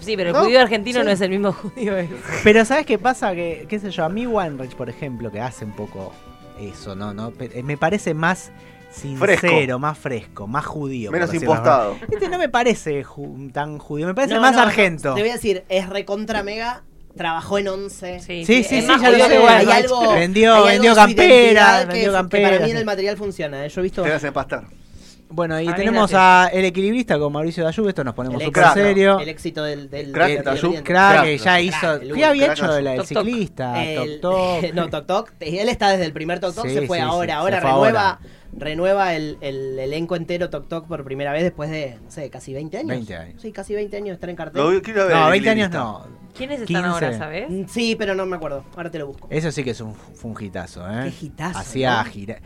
S3: Sí, pero el
S1: ¿No?
S3: judío argentino
S1: Sí.
S3: no es el mismo judío. ese.
S2: Pero ¿sabes qué pasa? Que, qué sé yo, a mí Wanrich, por ejemplo, que hace un poco eso, ¿no? no Pe- eh, Me parece más sincero,
S1: Fresco.
S2: más fresco, más judío. por
S1: Menos
S2: decirlo de alguna
S1: impostado.
S2: manera. Este no me parece ju- tan judío, me parece
S5: No,
S2: más
S5: no, no,
S2: argento.
S5: Te voy a decir, es recontra mega, trabajó en Eh, 11.
S3: Sí,
S2: Sí, sí,
S3: es
S2: sí,
S3: más
S2: ya lo
S3: judío
S2: sé.
S3: que
S5: Hay
S3: Walrich.
S2: Walrich.
S5: algo,
S2: Vendió-
S5: hay algo
S2: vendió
S5: de su
S2: campera,
S5: identidad que,
S2: vendió
S5: que
S2: campera,
S5: para mí en
S2: sí.
S5: el material funciona. ¿eh? Yo he visto.
S1: Te vas a empastar.
S2: Bueno, y
S3: A mí
S2: tenemos
S3: gracias.
S2: a El Equilibrista con Mauricio Dayú, esto nos ponemos
S5: El
S2: súper
S1: éxito.
S2: serio.
S5: El éxito del. del
S1: Crack,
S5: del-
S2: El-
S1: Dayú.
S5: del-
S2: Crack,
S1: Crack,
S2: que ya
S5: Crack,
S2: hizo.
S5: el
S2: ¿Qué había
S1: Crack
S2: hecho
S1: Dayú.
S2: la del
S3: Toc, toc.
S2: ciclista?
S5: El-
S2: Toc, toc.
S5: no, Toc Toc. Él está desde el primer Toc Toc,
S2: Sí,
S5: se fue
S2: sí, sí,
S5: ahora.
S2: se
S5: ahora
S2: fue
S5: renueva,
S2: ahora.
S5: renueva el, el elenco entero Toc Toc por primera vez después de, no sé, casi 20 años.
S2: 20 años.
S5: Sí, casi 20 años estar en cartel.
S1: Lo voy- quiero ver.
S2: No,
S1: el
S2: 20 años
S1: guionista.
S2: no.
S3: ¿Quiénes están
S2: 15.
S3: ahora, sabes?
S5: Mm, Sí, pero no me acuerdo. Ahora te lo busco.
S2: Eso sí que es un fungitazo, ¿eh?
S5: Qué hitazo,
S2: Hacía
S5: ¿no?
S2: gira-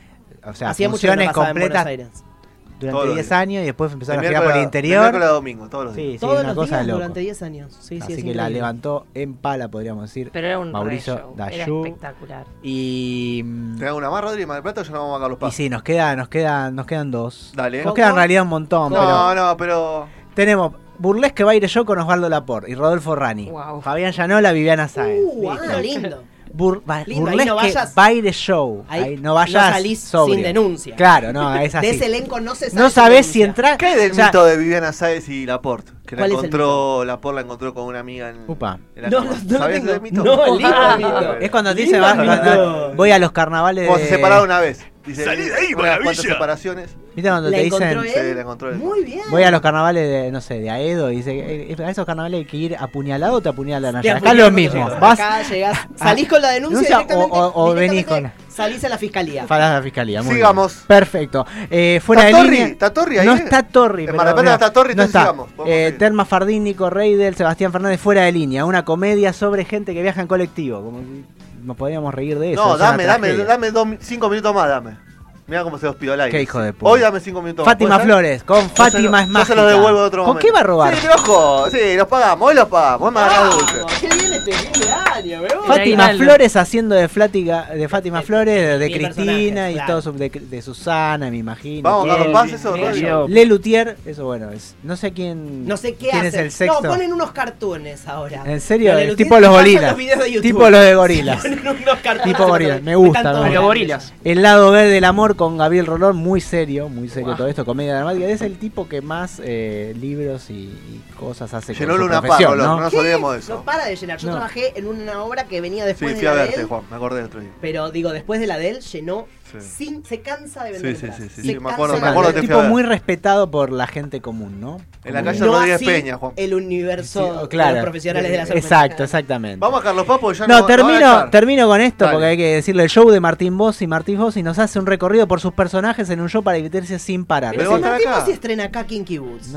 S2: O sea,
S5: Hacía mucho que no
S2: funciones
S5: pasaba en Buenos
S2: completas
S5: Aires.
S1: Todos
S2: durante
S1: los
S2: 10
S1: días.
S2: años y después
S1: De
S2: empezaron a girar
S1: miércoles
S2: por el
S1: a- de miércoles a
S2: interior.
S1: domingo, todos los días.
S2: Sí, sí,
S5: Todos
S2: una
S5: los
S2: cosa
S5: días
S2: de loco.
S5: durante 10 años. Sí, sí,
S2: Así
S5: es
S2: que la
S5: increíble.
S2: levantó en pala, podríamos decir.
S3: Pero era un
S2: Mauricio
S3: re show, Era
S2: Dayú.
S3: espectacular.
S2: Y.
S1: ¿Te hago una más, Rodri? ¿Más del Plata o ya no vamos a acá los
S2: Y
S1: pasos?
S2: sí, nos queda, nos quedan, nos quedan dos.
S1: Dale.
S2: Nos quedan en realidad un montón,
S1: No,
S2: pero.
S1: no, pero.
S2: Tenemos Burlesque Baile Yo con Osvaldo Laporte y Rodolfo Rani.
S3: Guau.
S2: Fabián Llanola, Viviana Sáenz.
S5: Uh, ah,
S2: Listo.
S5: lindo.
S2: Bur- ba-
S5: Lindo, ahí
S2: Burlesque
S5: no vayas-
S2: Baile Show. Ahí, no vayas.
S5: salís
S2: sobrio.
S5: sin denuncia.
S2: Claro, no, es así.
S5: De ese elenco no se sabe
S2: No
S5: sin
S2: sabes si
S5: denuncia.
S2: entrar.
S1: ¿Qué hay del
S2: o sea,
S1: mito de Viviana Sáez y Laporte? Que la
S5: ¿Cuál es el
S1: encontró, Laporte la encontró con una amiga en.
S2: Upa.
S1: en la
S5: No,
S1: cama.
S5: no, no
S1: ¿Sabías
S5: tengo-
S1: del mito?
S5: no, lindo
S1: Ah,
S5: mito.
S2: Es cuando te dice,
S5: Lindo
S2: va-
S5: mito.
S2: va- voy a los carnavales.
S1: Como se
S2: de-
S1: separaron una vez. Dice,
S6: Salí de ahí,
S1: una de las cuantas
S6: maravilla.
S1: separaciones.
S2: ¿Viste cuando
S5: La
S2: te
S5: encontró
S2: dicen?
S1: Sí,
S5: él.
S1: la encontró él.
S5: Muy bien.
S2: Voy a los carnavales de, no sé, de Aedo y dice, "Eh, a esos carnavales hay que ir apuñalado o te apuñalan
S5: Te
S2: allá. Acá
S5: apuñalan
S2: lo
S5: cuando
S2: mismo.
S5: llegas.
S2: Vas
S5: Acá llegás, salís con la denuncia
S2: denuncia o-
S5: directamente,
S2: o- o
S5: directamente
S2: venís
S5: Salís a la fiscalía.
S2: para la fiscalía. muy bien.
S1: Sigamos.
S2: Perfecto. Eh, fuera de
S1: ¿Está Torri?
S2: línea.
S1: ¿Está Torri ahí? eh.
S2: No está Torri.
S1: En
S2: pero
S1: Mar del Plata
S2: mira,
S1: está Torri,
S2: no
S1: entonces
S2: está.
S1: sigamos, podemos
S2: Eh,
S1: seguir.
S2: Telma Fardín, Nico Reidel, Sebastián Fernández, fuera de línea. Una comedia sobre gente que viaja en colectivo. Como si nos podríamos reír de eso. es
S1: No,
S2: una
S1: dame, dame,
S2: tragedia.
S1: dame dos, mi- cinco minutos más, dame. Mira cómo se los pido al aire.
S2: Qué hijo de puta.
S1: Hoy dame cinco minutos más.
S2: Fátima
S1: ¿puede ser?
S2: Flores, con Fátima
S1: pues, ¿eh? yo se lo-
S2: es más.
S1: Yo se los devuelvo de otro
S2: ¿Con
S1: momento.
S2: qué va a robar? Ah,
S1: Sí, pero ojo, sí, los pagamos, hoy los pagamos, hoy me agarrás dulce.
S5: ¡Qué bien este fin de año! España, weón.
S2: Fátima
S3: Reinaldo.
S2: Flores haciendo de, Flática, de Fátima Flores, de, de
S5: Mi
S2: Cristina
S5: personaje,
S2: y
S5: claro.
S2: todo su- de, de Susana, me imagino.
S1: Vamos,
S4: Bien,
S1: Carlos Paz, eso,
S4: bien,
S1: rollo.
S4: Diego.
S2: Le Luthier, eso bueno, es, no sé quién.
S5: No sé qué
S2: quién
S5: hacen.
S2: es el sexto.
S5: No, ponen unos cartones ahora.
S2: En serio,
S5: Lo de
S2: es
S5: Lutier-
S2: tipo los
S5: pasan
S2: gorilas.
S5: los videos de YouTube.
S2: tipo los de gorilas.
S5: Ponen unos cartones.
S2: Tipo gorilas, me gusta,
S5: Están
S2: me
S5: todos
S2: gusta.
S4: Pero
S5: grandes.
S4: gorilas.
S2: El lado B del amor con Gabriel Rolón, muy serio, muy serio
S4: Guau.
S2: todo esto, comedia dramática. Es el tipo que más eh, libros y, y cosas hace. con
S1: Llenó
S2: su
S1: Luna Park,
S2: profesión,
S1: Rolón, no
S2: ¿no?
S1: nos
S5: ¿Qué?
S1: olvidemos de
S5: No
S1: eso.
S5: para de llenar. Yo
S2: No.
S5: trabajé en una obra que venía
S1: Sí,
S5: después
S1: fui
S5: de
S1: a
S5: la de
S1: verte,
S5: él,
S1: Juan, me acordé del otro día.
S5: Pero digo, después de la de él, llenó
S1: Sí.
S5: sin. Se cansa de
S1: Sí,
S5: vender.
S1: sí,
S5: entradas.
S1: sí, sí,
S5: Se
S1: sí, me acuerdo,
S5: cansa de
S1: me acuerdo
S5: vender.
S1: te fui
S2: Un
S1: a
S2: tipo
S1: ver.
S2: muy respetado por la gente común, ¿no?
S1: En la
S2: Como-
S1: calle
S5: No
S1: Rodríguez
S5: así
S1: Peña, Juan.
S5: El universo
S2: Sí, oh,
S5: de los profesionales de la salud.
S2: Exacto,
S5: mental.
S2: exactamente.
S1: Vamos a Carlos Paz porque ya
S2: no,
S1: va- va a
S2: termino,
S1: estar.
S2: termino con esto
S1: Dale.
S2: porque hay que decirle el show de Martín Bossi. Martín Bossi nos hace un recorrido por sus personajes en un show para divertirse sin parar.
S1: Pero
S5: Pero
S1: vos
S5: si
S1: estás
S5: Martín
S1: acá.
S5: Rossi estrena acá Kinky Woods.
S2: No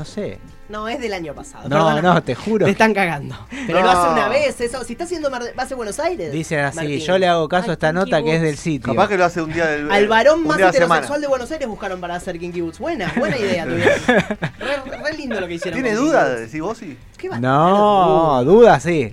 S5: No,
S2: sé.
S5: es del año
S1: Ah,
S5: pasado.
S2: No,
S5: perdóname.
S2: no, te juro.
S5: Te están cagando. Pero
S1: No.
S5: lo hace una vez, eso. Si está haciendo Mar- va a ser Buenos Aires.
S2: Dicen así,
S5: Martín.
S2: yo le hago caso a
S3: Ay,
S2: esta
S3: Kinky
S2: nota que es
S3: Boots.
S2: del sitio.
S1: Capaz que lo hace un día del.
S5: Al varón
S1: un
S5: más
S1: día a la
S5: heterosexual
S1: semana.
S5: de Buenos Aires buscaron para hacer Kinky Woods. Buena, buena idea tuvieron. Re, re lindo lo que hicieron.
S1: ¿Tiene
S5: con Kinky
S1: dudas?
S5: Boots.
S1: Decís vos sí.
S5: ¿Qué va- Uh.
S2: No, duda sí.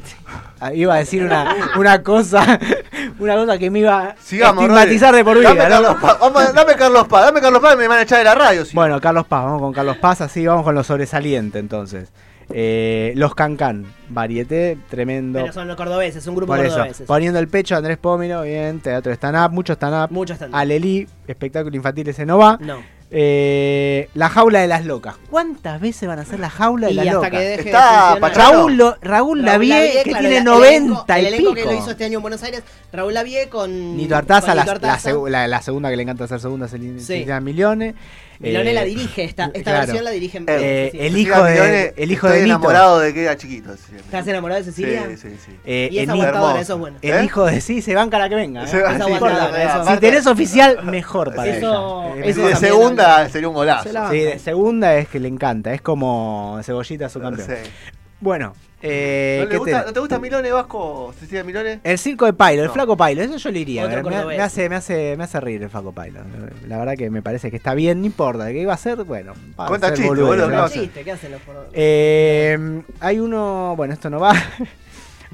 S2: Ah, Iba a decir una, una cosa, una cosa que me iba a
S1: Sigamos.
S2: estigmatizar
S1: Rodri.
S2: de por vida.
S1: Dame,
S2: ¿no?
S1: Carlos Paz, vamos, dame Carlos Paz, dame Carlos Paz y me van a echar de la radio. si no.
S2: Bueno, Carlos Paz, vamos con Carlos Paz, así vamos con lo sobresaliente entonces. Eh, los Cancán, varieté, tremendo.
S5: Pero son los cordobeses, un grupo
S2: Por eso,
S5: cordobeses.
S2: poniendo el pecho, Andrés Pómino, bien, teatro stand-up, mucho stand-up.
S5: Muchos están.
S2: Alelí, espectáculo infantil ese no va.
S5: No.
S2: Eh, la jaula de las locas. ¿Cuántas veces van a hacer la jaula de
S5: Y
S2: las
S5: hasta
S2: locas?
S5: que deje
S1: Está
S5: de funcionar.
S1: Pachá,
S2: Raúl, lo- Raúl Lavie, que
S5: claro,
S2: tiene
S5: el- el
S2: 90 y
S5: elenco-
S2: pico.
S5: El elenco que lo hizo este año en Buenos Aires, Raúl Lavie con.
S2: Nito Artaza,
S5: con
S2: la,
S5: Nito
S2: la
S5: Artaza.
S2: segu- la- la segunda que le encanta hacer segunda, Celina
S5: Sí.
S2: Celina Milione.
S5: Milone
S2: Eh,
S5: la dirige, esta, esta
S2: claro.
S5: versión la dirige.
S1: Eh,
S5: sí, sí.
S2: el
S1: Cecilia
S2: hijo de-
S1: Milone,
S2: el hijo
S1: estoy
S2: de Nito.
S1: enamorado de que era chiquito. sí.
S5: ¿Estás enamorado de Cecilia?
S1: Sí, sí, sí.
S2: eh,
S5: Y es
S2: el,
S5: aguantadora,
S1: hermoso.
S5: eso es bueno.
S2: el
S1: ¿Eh?
S2: hijo de sí se banca la que venga.
S1: Se
S2: eh.
S1: va-
S5: Esa
S1: sí,
S5: aguantadora,
S1: sí,
S5: eso.
S2: Si
S1: aparte-
S2: tenés oficial, mejor para
S5: Eso-
S2: ella.
S1: Sí,
S2: Eh,
S5: eso
S1: de
S5: también,
S1: segunda
S5: ¿no?
S1: sería un golazo.
S5: Se la
S2: Sí, de segunda es que le encanta, es como cebollita su campeón.
S1: Sí.
S2: Bueno, eh,
S1: ¿No, le
S2: ¿qué
S1: gusta-
S2: te-
S1: ¿No te gusta Milone Vasco, Cecilia Milone?
S2: El circo de Pailo, el
S1: No.
S2: flaco Pailo, eso yo le iría. eh,
S5: Otro
S2: Me,
S5: cordobés.
S2: me hace, me, hace, me hace reír el flaco Pailo. La verdad que me parece que está bien, no importa. ¿Qué iba a hacer? Bueno, va a
S1: Cuenta
S2: ser
S1: chiste,
S2: boludo,
S1: boludo,
S2: ¿no?
S1: ¿qué va a hacer?
S5: Chiste, ¿qué hacen los por-
S2: Eh, hay uno, bueno, esto no va.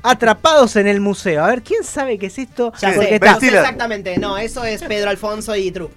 S2: Atrapados en el museo. A ver, ¿quién sabe qué es esto?
S5: Ya
S1: Sí,
S5: sé,
S2: Porque
S1: Ben
S5: no
S2: está
S5: sé
S1: Stiller.
S5: exactamente, no, eso es Pedro Alfonso y Trup.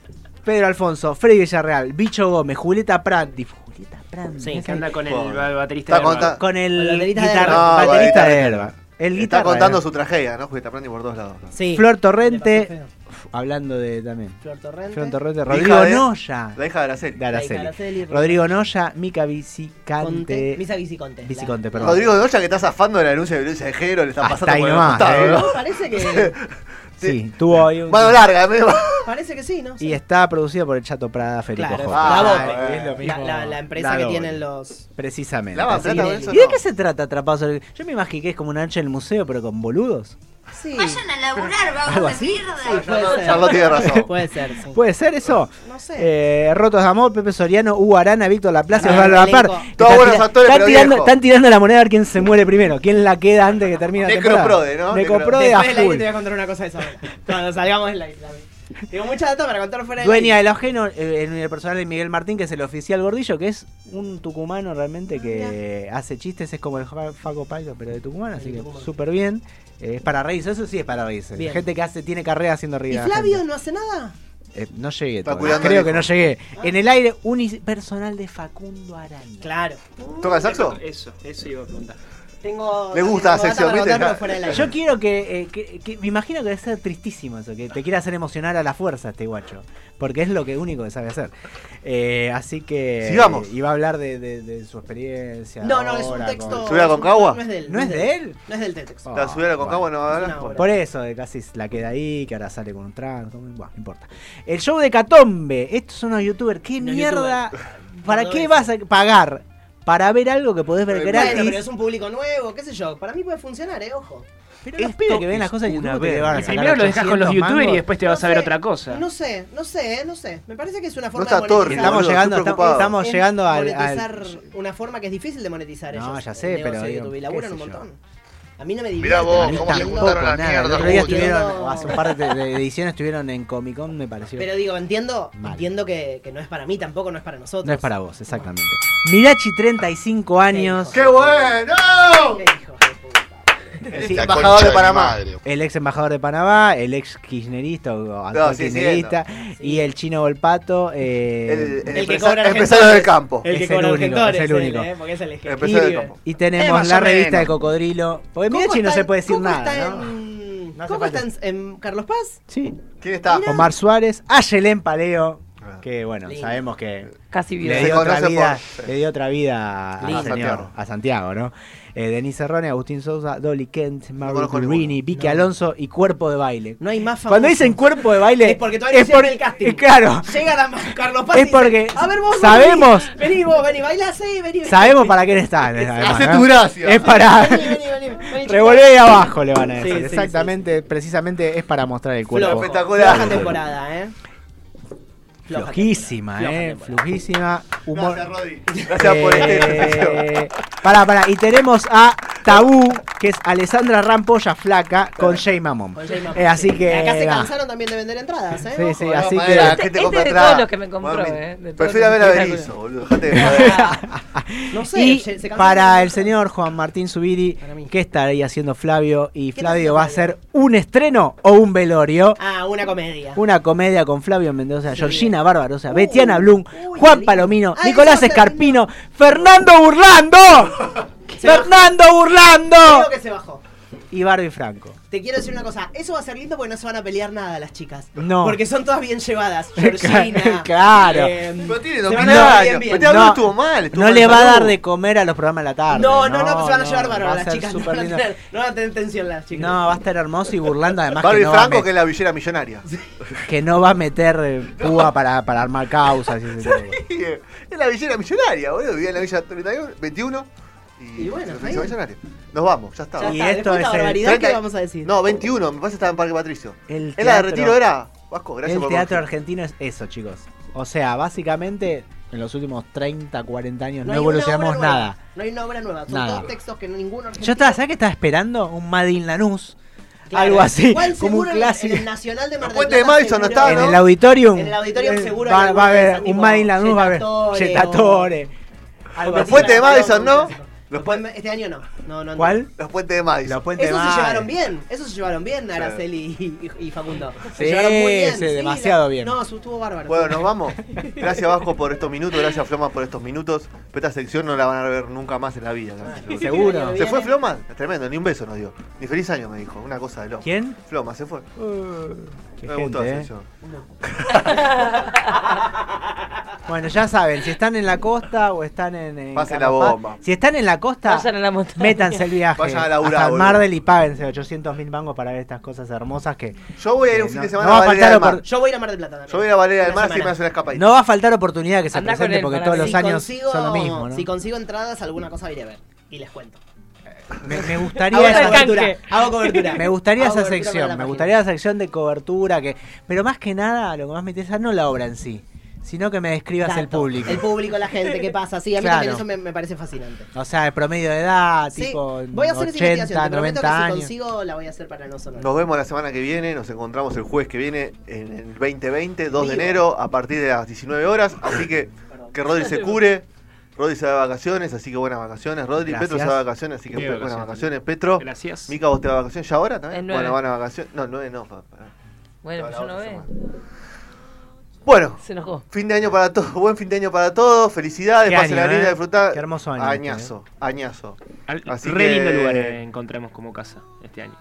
S2: Pedro Alfonso, Freddy Villarreal, Bicho Gómez, Julieta Prat. dif- Julieta Prat.
S4: Sí,
S2: ¿no?
S4: que anda con el
S1: Joder.
S4: ba- baterista
S1: Está
S4: de Herba.
S1: conta-
S2: Con el
S5: Con la baterista de
S2: guitar-
S1: Herba. No,
S2: baterista de
S1: baterista.
S2: Herba. El
S1: Está
S2: guitarra, eh.
S1: contando
S2: ¿no?
S1: su tragedia, ¿no? Julieta Prandi por todos lados.
S5: Sí.
S2: Flor Torrente, uf, hablando de también.
S5: Flor Torrente.
S2: Flor Torrente, Rodrigo
S1: de-
S2: Noya.
S1: La hija de Araceli.
S2: De Araceli.
S5: Araceli,
S2: Rodrigo Noya, Mica
S5: Conte.
S2: Vicicante.
S5: Misa Viciconte. la-
S2: Viciconte, perdón.
S1: Rodrigo Doya que está zafando de la denuncia de violencia de género, le está
S2: Hasta
S1: pasando
S2: ahí
S1: por el
S2: nomás,
S1: costado,
S2: eh.
S1: ¿no?
S5: No, parece que,
S2: Sí, tuvo ahí un.
S1: Mano larga, me
S5: parece que sí, ¿no?
S2: Y este está producido por el Chato Prada Federico
S5: Claro,
S2: Jorge.
S1: Ah,
S5: la Bote.
S1: eh, es lo
S5: La, la- la empresa
S2: La
S5: que
S2: Bote.
S5: tienen los...
S2: Precisamente.
S1: Lava
S2: Así
S1: plata
S2: que-
S1: con eso.
S2: ¿Y de
S1: no.
S2: qué se trata Atrapados? en el- Yo me imagino que es como una ancha del museo, pero con boludos.
S5: Sí,
S6: Vayan a laburar,
S2: ¿Algo
S6: vagos de
S2: así?
S6: mierda.
S5: puede ser.
S1: Charlotte tiene razón.
S5: Puede ser, sí.
S2: ¿Puede ser eso?
S5: No sé.
S2: Eh, Rotos de Amor, Pepe Soriano, Hugo Arana, Víctor Laplace,
S5: Ah,
S2: Osvaldo
S5: elenco.
S2: Lapar.
S5: Todos
S2: Están
S1: buenos
S2: tira-
S1: actores,
S2: están
S1: pero
S2: tirando,
S1: viejo.
S2: están tirando la moneda a ver quién se muere primero, quién la queda antes que termine la temporada.
S1: Necroprode, ¿no?
S2: Necroprode a
S5: Después del aire te voy
S2: full.
S5: a contar una cosa de esa hora. Cuando salgamos del aire. la- Tengo mucha data para contar fuera del
S2: Dueña
S5: aire.
S2: del ajeno eh, en el personal de Miguel Martín, que es el oficial gordillo, que es un tucumano realmente que hace chistes, es como el Fa- Faco Pailo, pero de Tucumán, así que súper bien. Eh, es para reírse, eso sí es para reírse.
S5: Bien.
S2: Gente que hace, tiene carrera haciendo
S5: ¿Y
S2: reír. a la
S5: Flavio
S2: gente.
S5: no hace nada?
S2: Eh, no llegué
S1: Está
S2: todavía,
S1: cuidando
S2: creo
S1: al
S2: que
S1: hijo.
S2: no llegué.
S5: Ah.
S2: En el aire unipersonal de Facundo Arana.
S5: Claro.
S1: ¿Toca el saxo?
S4: Eso, eso iba a preguntar.
S5: Tengo.
S1: Le gusta la
S5: tengo data
S1: sección,
S5: para
S1: ¿viste?
S5: contarlo fuera del aire.
S2: Yo quiero que, eh, que- que- Me imagino que debe ser tristísimo eso, que te quiera hacer emocionar a la fuerza este guacho. Porque es lo que único que sabe hacer. Eh, así que.
S1: Sigamos.
S2: Y va a hablar de, de- de su experiencia.
S5: No, no, es un
S2: ahora
S5: texto.
S2: con-
S1: ¿Subida con Cagua?
S5: No es de él.
S2: ¿No es de él? Ah.
S5: No es del texto.
S1: La subida a la Concagua no va a
S5: Es una
S1: hablar.
S5: obra.
S2: Por eso, de casi la queda ahí, que ahora sale con un trans. como- Bueno, no importa. El show de Catombe. Estos son unos youtubers. ¿Qué
S5: Unos
S2: mierda? ¿Para
S5: Todo
S2: qué
S5: eso.
S2: vas a pagar? Para ver algo que podés ver
S1: Pero
S2: gratis.
S5: Bueno, pero es un público nuevo, qué sé yo. Para mí puede funcionar, eh, ojo.
S2: Pero los
S7: Esto
S2: pibes que ven
S7: es
S2: las cosas en
S7: una
S2: YouTube te
S7: verga.
S2: van a
S4: Y
S2: sacar
S4: primero lo dejas con los
S2: 800
S4: youtubers y
S2: mangos.
S4: después te vas
S5: No
S4: a ver
S5: sé,
S4: otra cosa.
S5: No sé, no sé, eh, no sé. Me parece que es una
S1: No
S5: forma
S1: está
S5: de
S1: Torri,
S5: monetizar.
S2: Estamos
S1: boludo,
S2: llegando,
S1: estoy
S2: estamos-
S1: preocupado.
S2: estamos
S5: Es
S2: llegando al- al,
S5: monetizar una forma que es difícil de monetizar
S2: No,
S5: ellos,
S2: ya
S5: el
S2: sé,
S5: negocio
S2: pero
S5: de
S2: digo,
S5: YouTube, y
S2: qué
S5: laburan
S2: sé
S5: un
S2: yo.
S5: montón. A mí no me divierte.
S8: Mirá vos,
S5: a mí
S8: cómo se
S5: tampoco.
S8: juntaron las
S2: nada. El
S8: mierdas,
S2: otro día
S5: Julio.
S2: estuvieron,
S5: No.
S2: hace un par de, de ediciones estuvieron en Comic Con, me pareció.
S5: Pero digo, entiendo,
S2: Mal.
S5: entiendo que, que no es para mí, tampoco no es para nosotros.
S2: no es para vos, exactamente. Mirachi, 35 años.
S5: ¿Qué
S1: ¡Qué bueno!
S5: Qué hijos de puta.
S2: Sí,
S6: la
S1: embajador
S6: concha
S1: de
S6: mi
S1: Panamá.
S6: madre.
S2: El ex embajador de Panamá, el ex kirchnerista o actual
S1: sí,
S2: kirchnerista, y el chino Volpato. eh,
S1: El, el
S5: El
S1: empresa-
S5: que cobra argentores.
S1: empresario del campo.
S5: El que
S2: Es el
S5: cobra
S2: único,
S5: argentores,
S2: es el
S5: él,
S2: único.
S5: eh, porque es el
S1: El empresario del
S5: que-
S1: campo.
S2: Y
S6: Eh,
S2: tenemos
S6: más
S2: la
S6: o menos.
S2: revista de Cocodrilo. Porque
S5: ¿Cómo
S2: Miochi no
S5: está-
S2: se puede decir
S5: cómo
S2: nada,
S5: está
S2: ¿no?
S5: en-
S2: No hace
S5: ¿Cómo está en,
S2: falta.
S5: en Carlos Paz?
S2: Sí.
S1: ¿Quién está?
S2: Omar Suárez, Ayelén Paleo.
S1: Ah.
S2: Que bueno,
S5: Lindo.
S2: sabemos que
S3: Casi
S2: le
S1: Se
S3: vio.
S2: dio, otra
S1: conoce
S2: vida,
S1: por- sí.
S2: le dio otra vida
S1: Lindo.
S2: al
S1: A
S2: señor,
S1: Santiago.
S2: a Santiago, ¿no? Eh, Denise Serrone, Agustín Sousa, Dolly Kent, Mario
S1: conozco
S2: Guerrini,
S1: ninguno.
S2: Vicky
S5: No.
S2: Alonso y Cuerpo de Baile.
S5: No hay más famosos.
S2: Cuando dicen cuerpo de baile.
S5: Es porque todavía no hicieron el casting.
S2: eh, Claro.
S5: Llegan a más Carlos Paz
S2: Es
S5: y dicen,
S2: porque
S5: A ver vos.
S2: sabemos-
S5: Vení, vení vos, vení, bailá, sí, vení. vení.
S2: Sabemos para quién están. además,
S1: Hace
S2: ¿no?
S1: tu gracia.
S2: Es para.
S5: Vení, vení, vení, vení, vení,
S2: Revolver ahí abajo le van a
S5: Sí,
S2: decir.
S5: sí,
S2: Exactamente, precisamente es para mostrar el
S5: Flojo.
S2: cuerpo.
S1: Espectacular.
S5: Floja temporada, eh. Floja
S2: Flojísima,
S5: temporada,
S2: eh.
S5: floja temporada.
S2: Flojísima. Humor.
S6: Gracias, Rodri.
S1: Gracias por este
S2: Eh, Pará, pará. Y tenemos a Tabú, que es Alessandra Rampolla Flaca con Jay Mamón.
S5: Con Jay Mamón,
S2: Eh, así
S5: sí.
S2: que,
S5: Acá se
S2: nah.
S5: cansaron también de vender entradas, eh.
S2: Sí,
S5: Ojo,
S2: sí,
S5: eh.
S2: así
S1: madera,
S2: que.
S1: ¿qué
S3: Este
S1: te compra
S3: es de
S1: entrada?
S3: todos los que me compró,
S1: Mami,
S3: eh, de todos
S1: Prefiero
S3: los
S1: ver a Berizzo,
S3: espectáculos.
S1: boludo. Dejate de joder.
S5: No sé,
S2: Y
S5: se- se cansaron
S2: para
S5: de-
S2: el señor Juan Martín Zubiri,
S5: Para mí.
S2: ¿qué estaría haciendo Flavio? Y
S5: ¿Qué
S2: Flavio
S5: está haciendo
S2: va a
S5: Flavio?
S2: hacer un estreno o un velorio.
S5: Ah, una comedia.
S2: Una comedia con Flavio Mendoza,
S5: Sí.
S2: Georgina Barbarosa,
S5: Uy,
S2: Betiana Blum,
S5: uy, qué
S2: Juan
S5: lindo.
S2: Palomino,
S5: Ah,
S2: Nicolás
S5: eso va a ser
S2: Escarpino, Fernando Burlando,
S5: Se bajó.
S2: Fernando Burlando
S5: Creo que se bajó.
S2: y Barbie Franco.
S5: Te quiero decir una cosa, eso va a ser lindo porque no se van a pelear nada las chicas.
S2: No.
S5: Porque son todas bien llevadas. Georgina.
S2: Claro.
S5: em,
S1: Pero tiene
S5: se
S1: 2000
S5: van a llevar
S1: años. Pero
S5: bien, bien.
S1: te habló,
S2: No.
S1: estuvo mal. estuvo
S2: No
S1: mal
S2: le
S1: de
S2: va a dar
S1: salud.
S2: de comer a los programas de la tarde.
S5: No, no, no, se van a llevar
S2: va
S5: bárbaro
S2: a
S5: las
S2: ser
S5: chicas. No
S2: súper
S5: van, a
S2: lindo.
S5: tener, no van a tener tensión las chicas.
S2: No, va a estar hermoso y burlando además
S1: Barbie
S2: que, no va a
S1: Franco,
S2: met-
S1: que es la villera millonaria.
S2: que no va a meter eh, púa para, para armar causas. y ese tipo de cosas.
S1: es la villera millonaria, boludo. Vivía en la villa 31, 21 y,
S5: Y bueno,
S1: se hizo
S5: ahí.
S1: millonaria. Nos vamos, ya está.
S5: Ya
S2: Y
S5: está,
S2: esto
S5: después la
S2: es el
S5: barbaridad que
S1: 30
S5: vamos a decir.
S1: No, 21, me parece que estaba en Parque Patricio.
S2: El
S1: ¿Es la de
S2: teatro-
S1: retiro era? Vasco, gracias
S2: El
S1: por
S2: teatro
S1: corregir.
S2: argentino es eso, chicos. O sea, básicamente en los últimos 30, 40 años no,
S5: hay una
S2: evolucionamos
S5: obra nueva,
S2: nada.
S5: No hay una obra nueva. Son
S2: Nada.
S5: todos textos que ninguno.
S2: Yo estaba, ¿sabes qué estaba esperando? Un Madin Lanús.
S5: Claro,
S2: algo así,
S5: igual
S2: como un
S5: seguro en-
S2: clásico.
S5: En el Nacional de Mar
S1: La
S5: del
S1: Puente de
S5: Plata
S1: Madison no
S5: seguro-
S1: estaba,
S2: en
S1: ¿no?
S2: el auditorium.
S5: En el auditorium
S2: eh,
S5: seguro
S2: Va, va
S5: hay
S2: a
S5: alguna
S2: haber
S5: cosa,
S2: un
S5: tipo
S2: Madin Lanús, va a haber
S5: Getatore
S2: Getatore. Algo
S1: Los
S2: así.
S1: puentes de Madison, ¿no?
S5: Los puentes- Este año no. No, no, no.
S2: ¿Cuál?
S1: Los puentes de Madison.
S2: Los puentes
S5: Esos
S2: de
S5: se
S2: Madison.
S5: llevaron bien, esos se llevaron bien, Araceli y- y, y Facundo. Se
S2: Sí,
S5: llevaron muy bien.
S2: sí, demasiado
S5: la-
S2: bien.
S5: No, su- estuvo bárbaro.
S1: Bueno, nos vamos. Gracias Vasco por estos minutos, gracias Floma por estos minutos. Pero esta sección no la van a ver nunca más en la vida.
S2: Seguro.
S1: ¿Se fue Floma? Tremendo, ni un beso nos dio. Ni feliz año me dijo, una cosa de loco.
S2: ¿Quién?
S1: Floma, se fue.
S2: Qué
S1: Uh, me gustó
S2: gente,
S1: la
S2: eh.
S1: sección.
S2: Bueno, ya saben, si están en la costa o están en. en
S1: Pasen la
S2: Carapaz-
S1: bomba.
S2: Si están en la costa,
S3: Vayan a la montaña.
S2: métanse el viaje.
S1: Vayan a laburar,
S2: hasta el
S1: boludo.
S2: Mar del y páguense 800 mil mangos para ver estas cosas hermosas que.
S1: Yo voy a ir un
S2: Eh,
S1: fin
S2: no-
S1: de semana
S2: no va
S1: a
S2: a
S1: Valeria del
S2: faltar
S1: Mar.
S2: opor-
S5: Yo voy a ir a Mar del Plata. también.
S1: Yo voy a ir a Valeria del
S5: Una
S1: Mar si me
S5: semana.
S1: hace una escapadita.
S2: No va a faltar oportunidad que se
S3: Andá con
S2: presente
S3: él
S2: porque
S3: para
S2: todos
S3: ver.
S2: los
S5: Si
S2: años
S5: consigo-
S2: son lo mismo, ¿no?
S5: Si consigo entradas, alguna cosa iré a ver. Y les cuento.
S2: Me, me
S5: Hago
S2: gustaría
S3: Ahora
S2: esa,
S3: el canje.
S5: cobertura. Hago cobertura.
S2: me gustaría esa
S5: Hago cobertura para la
S2: sección, me
S5: página.
S2: gustaría la sección de cobertura que, pero más que nada lo que más me interesa no la obra en sí, sino que me describas el
S5: Exacto.
S2: público.
S5: El público, la gente, ¿qué pasa? Sí, a mí
S2: Claro.
S5: también eso me, me parece fascinante.
S2: O sea, el promedio de edad,
S5: Sí,
S2: tipo
S5: voy a hacer esa
S2: 80,
S5: investigación. Te
S2: 90
S5: prometo que
S2: años.
S5: si consigo, la voy a hacer para no sonar.
S1: Nos vemos la semana que viene, nos encontramos el jueves que viene en el 2020, 2 de
S5: Vivo.
S1: enero, a partir de las 19 horas. Así que que Rodri se cure. Rodri se va de vacaciones, así que buenas vacaciones, Rodri.
S2: Gracias.
S1: Petro se va de vacaciones, así que
S4: Muy
S1: buenas
S4: vacaciones.
S1: vacaciones, Petro.
S4: Gracias.
S1: Mica, ¿vos te vas de vacaciones ya ahora también?
S3: El nueve.
S1: Bueno, van a vacaciones. No, 9 no. pa- pará.
S3: Bueno,
S1: No,
S3: pues
S1: la
S3: yo no
S1: otra
S3: veo.
S1: Bueno,
S3: Se enojó.
S1: fin de año para todos, buen fin de año para todos, felicidades,
S2: Qué
S1: pasen la
S2: año,
S1: linda,
S2: eh.
S1: disfrutar.
S2: Qué hermoso año este,
S1: Añazo, añazo.
S4: Al-
S1: Así
S4: re lindo
S1: que-
S4: lugar eh, encontramos como casa este año.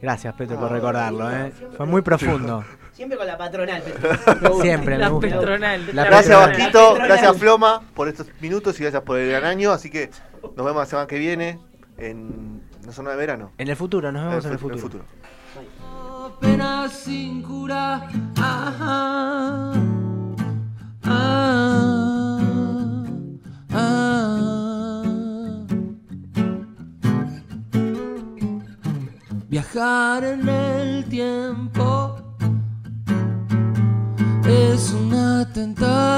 S2: Gracias, Petro, por
S1: Ah,
S2: recordarlo,
S5: siempre,
S2: ¿eh?
S5: siempre.
S2: Fue muy profundo.
S5: Siempre con la patronal. Petro. Me gusta.
S2: Siempre me
S3: La
S2: gusta.
S3: Petronal.
S2: La
S1: Gracias,
S2: Petronal.
S1: Vasquito.
S5: Petronal.
S1: Gracias, Floma, por estos minutos y gracias por el gran año. Así que nos vemos la semana que viene en la zona de verano.
S2: En el futuro, nos vemos en el
S1: fu-
S2: futuro.
S8: pena sin cura. Ah, ah, ah. Viajar en el tiempo es una tentación.